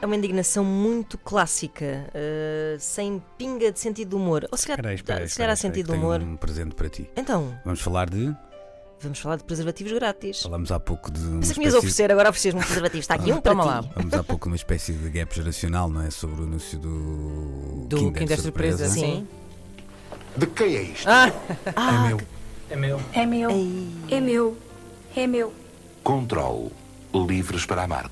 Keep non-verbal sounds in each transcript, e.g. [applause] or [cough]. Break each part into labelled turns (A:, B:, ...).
A: É uma indignação muito clássica, eh, sem pinga de sentido de humor. Ou Tá, se calhar,
B: Espera aí, espera aí,
A: se calhar há
B: espera aí,
A: sentido
B: que
A: de humor.
B: Tenho um presente para ti.
A: Então,
B: Vamos falar de.
A: vamos falar de preservativos grátis.
B: Falamos há pouco de. uma
A: Pensei que me ias
B: espécie-
A: oferecer, agora ofereces-me um preservativo. Está aqui um para
C: Toma
A: ti.
C: lá.
B: Falamos há pouco de uma espécie de gap geracional, não é? Sobre o anúncio do.
C: Do Kinder Surpresa,
B: Surpresa.
C: sim.
D: De quem é isto?
A: Ah,
B: meu.
A: que-
E: É meu. É meu. É meu.
D: Control. Livres para amar.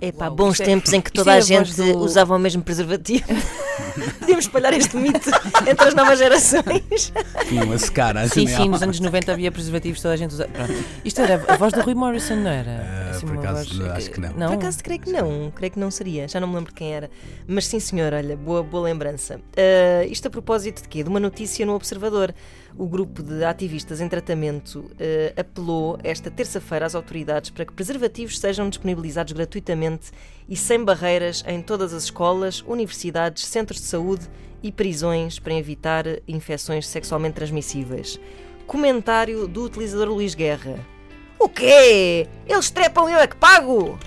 A: Epá,
C: Uau,
A: bons
C: isto é-
A: tempos em que
C: isto
A: toda
C: é
A: a
C: a voz
A: gente
C: do-
A: usava o mesmo preservativo. [laughs] Podíamos espalhar este
B: [laughs]
A: mito É entre as novas gerações.
B: Tinham a secar à
C: Sim,
B: janela.
C: sim, nos anos 90 havia preservativos, toda a gente usava. Pronto. Isto era a voz do Rui Morrison, não
B: Ah,
C: era? Assim,
B: por acaso, acho
C: eh,
B: que não.
A: Por acaso creio que não, creio que não seria, já não me lembro quem era. Mas sim, senhor, olha, boa, boa lembrança. Ah, isto a propósito de quê? De uma notícia no Observador. O grupo de ativistas em tratamento ah, apelou esta terça-feira às autoridades para que preservativos sejam disponibilizados gratuitamente e sem barreiras em todas as escolas, universidades, centros de saúde e prisões para evitar infecções sexualmente transmissíveis. Comentário do utilizador Luís Guerra. O quê? Eles trepam e eu é que pago!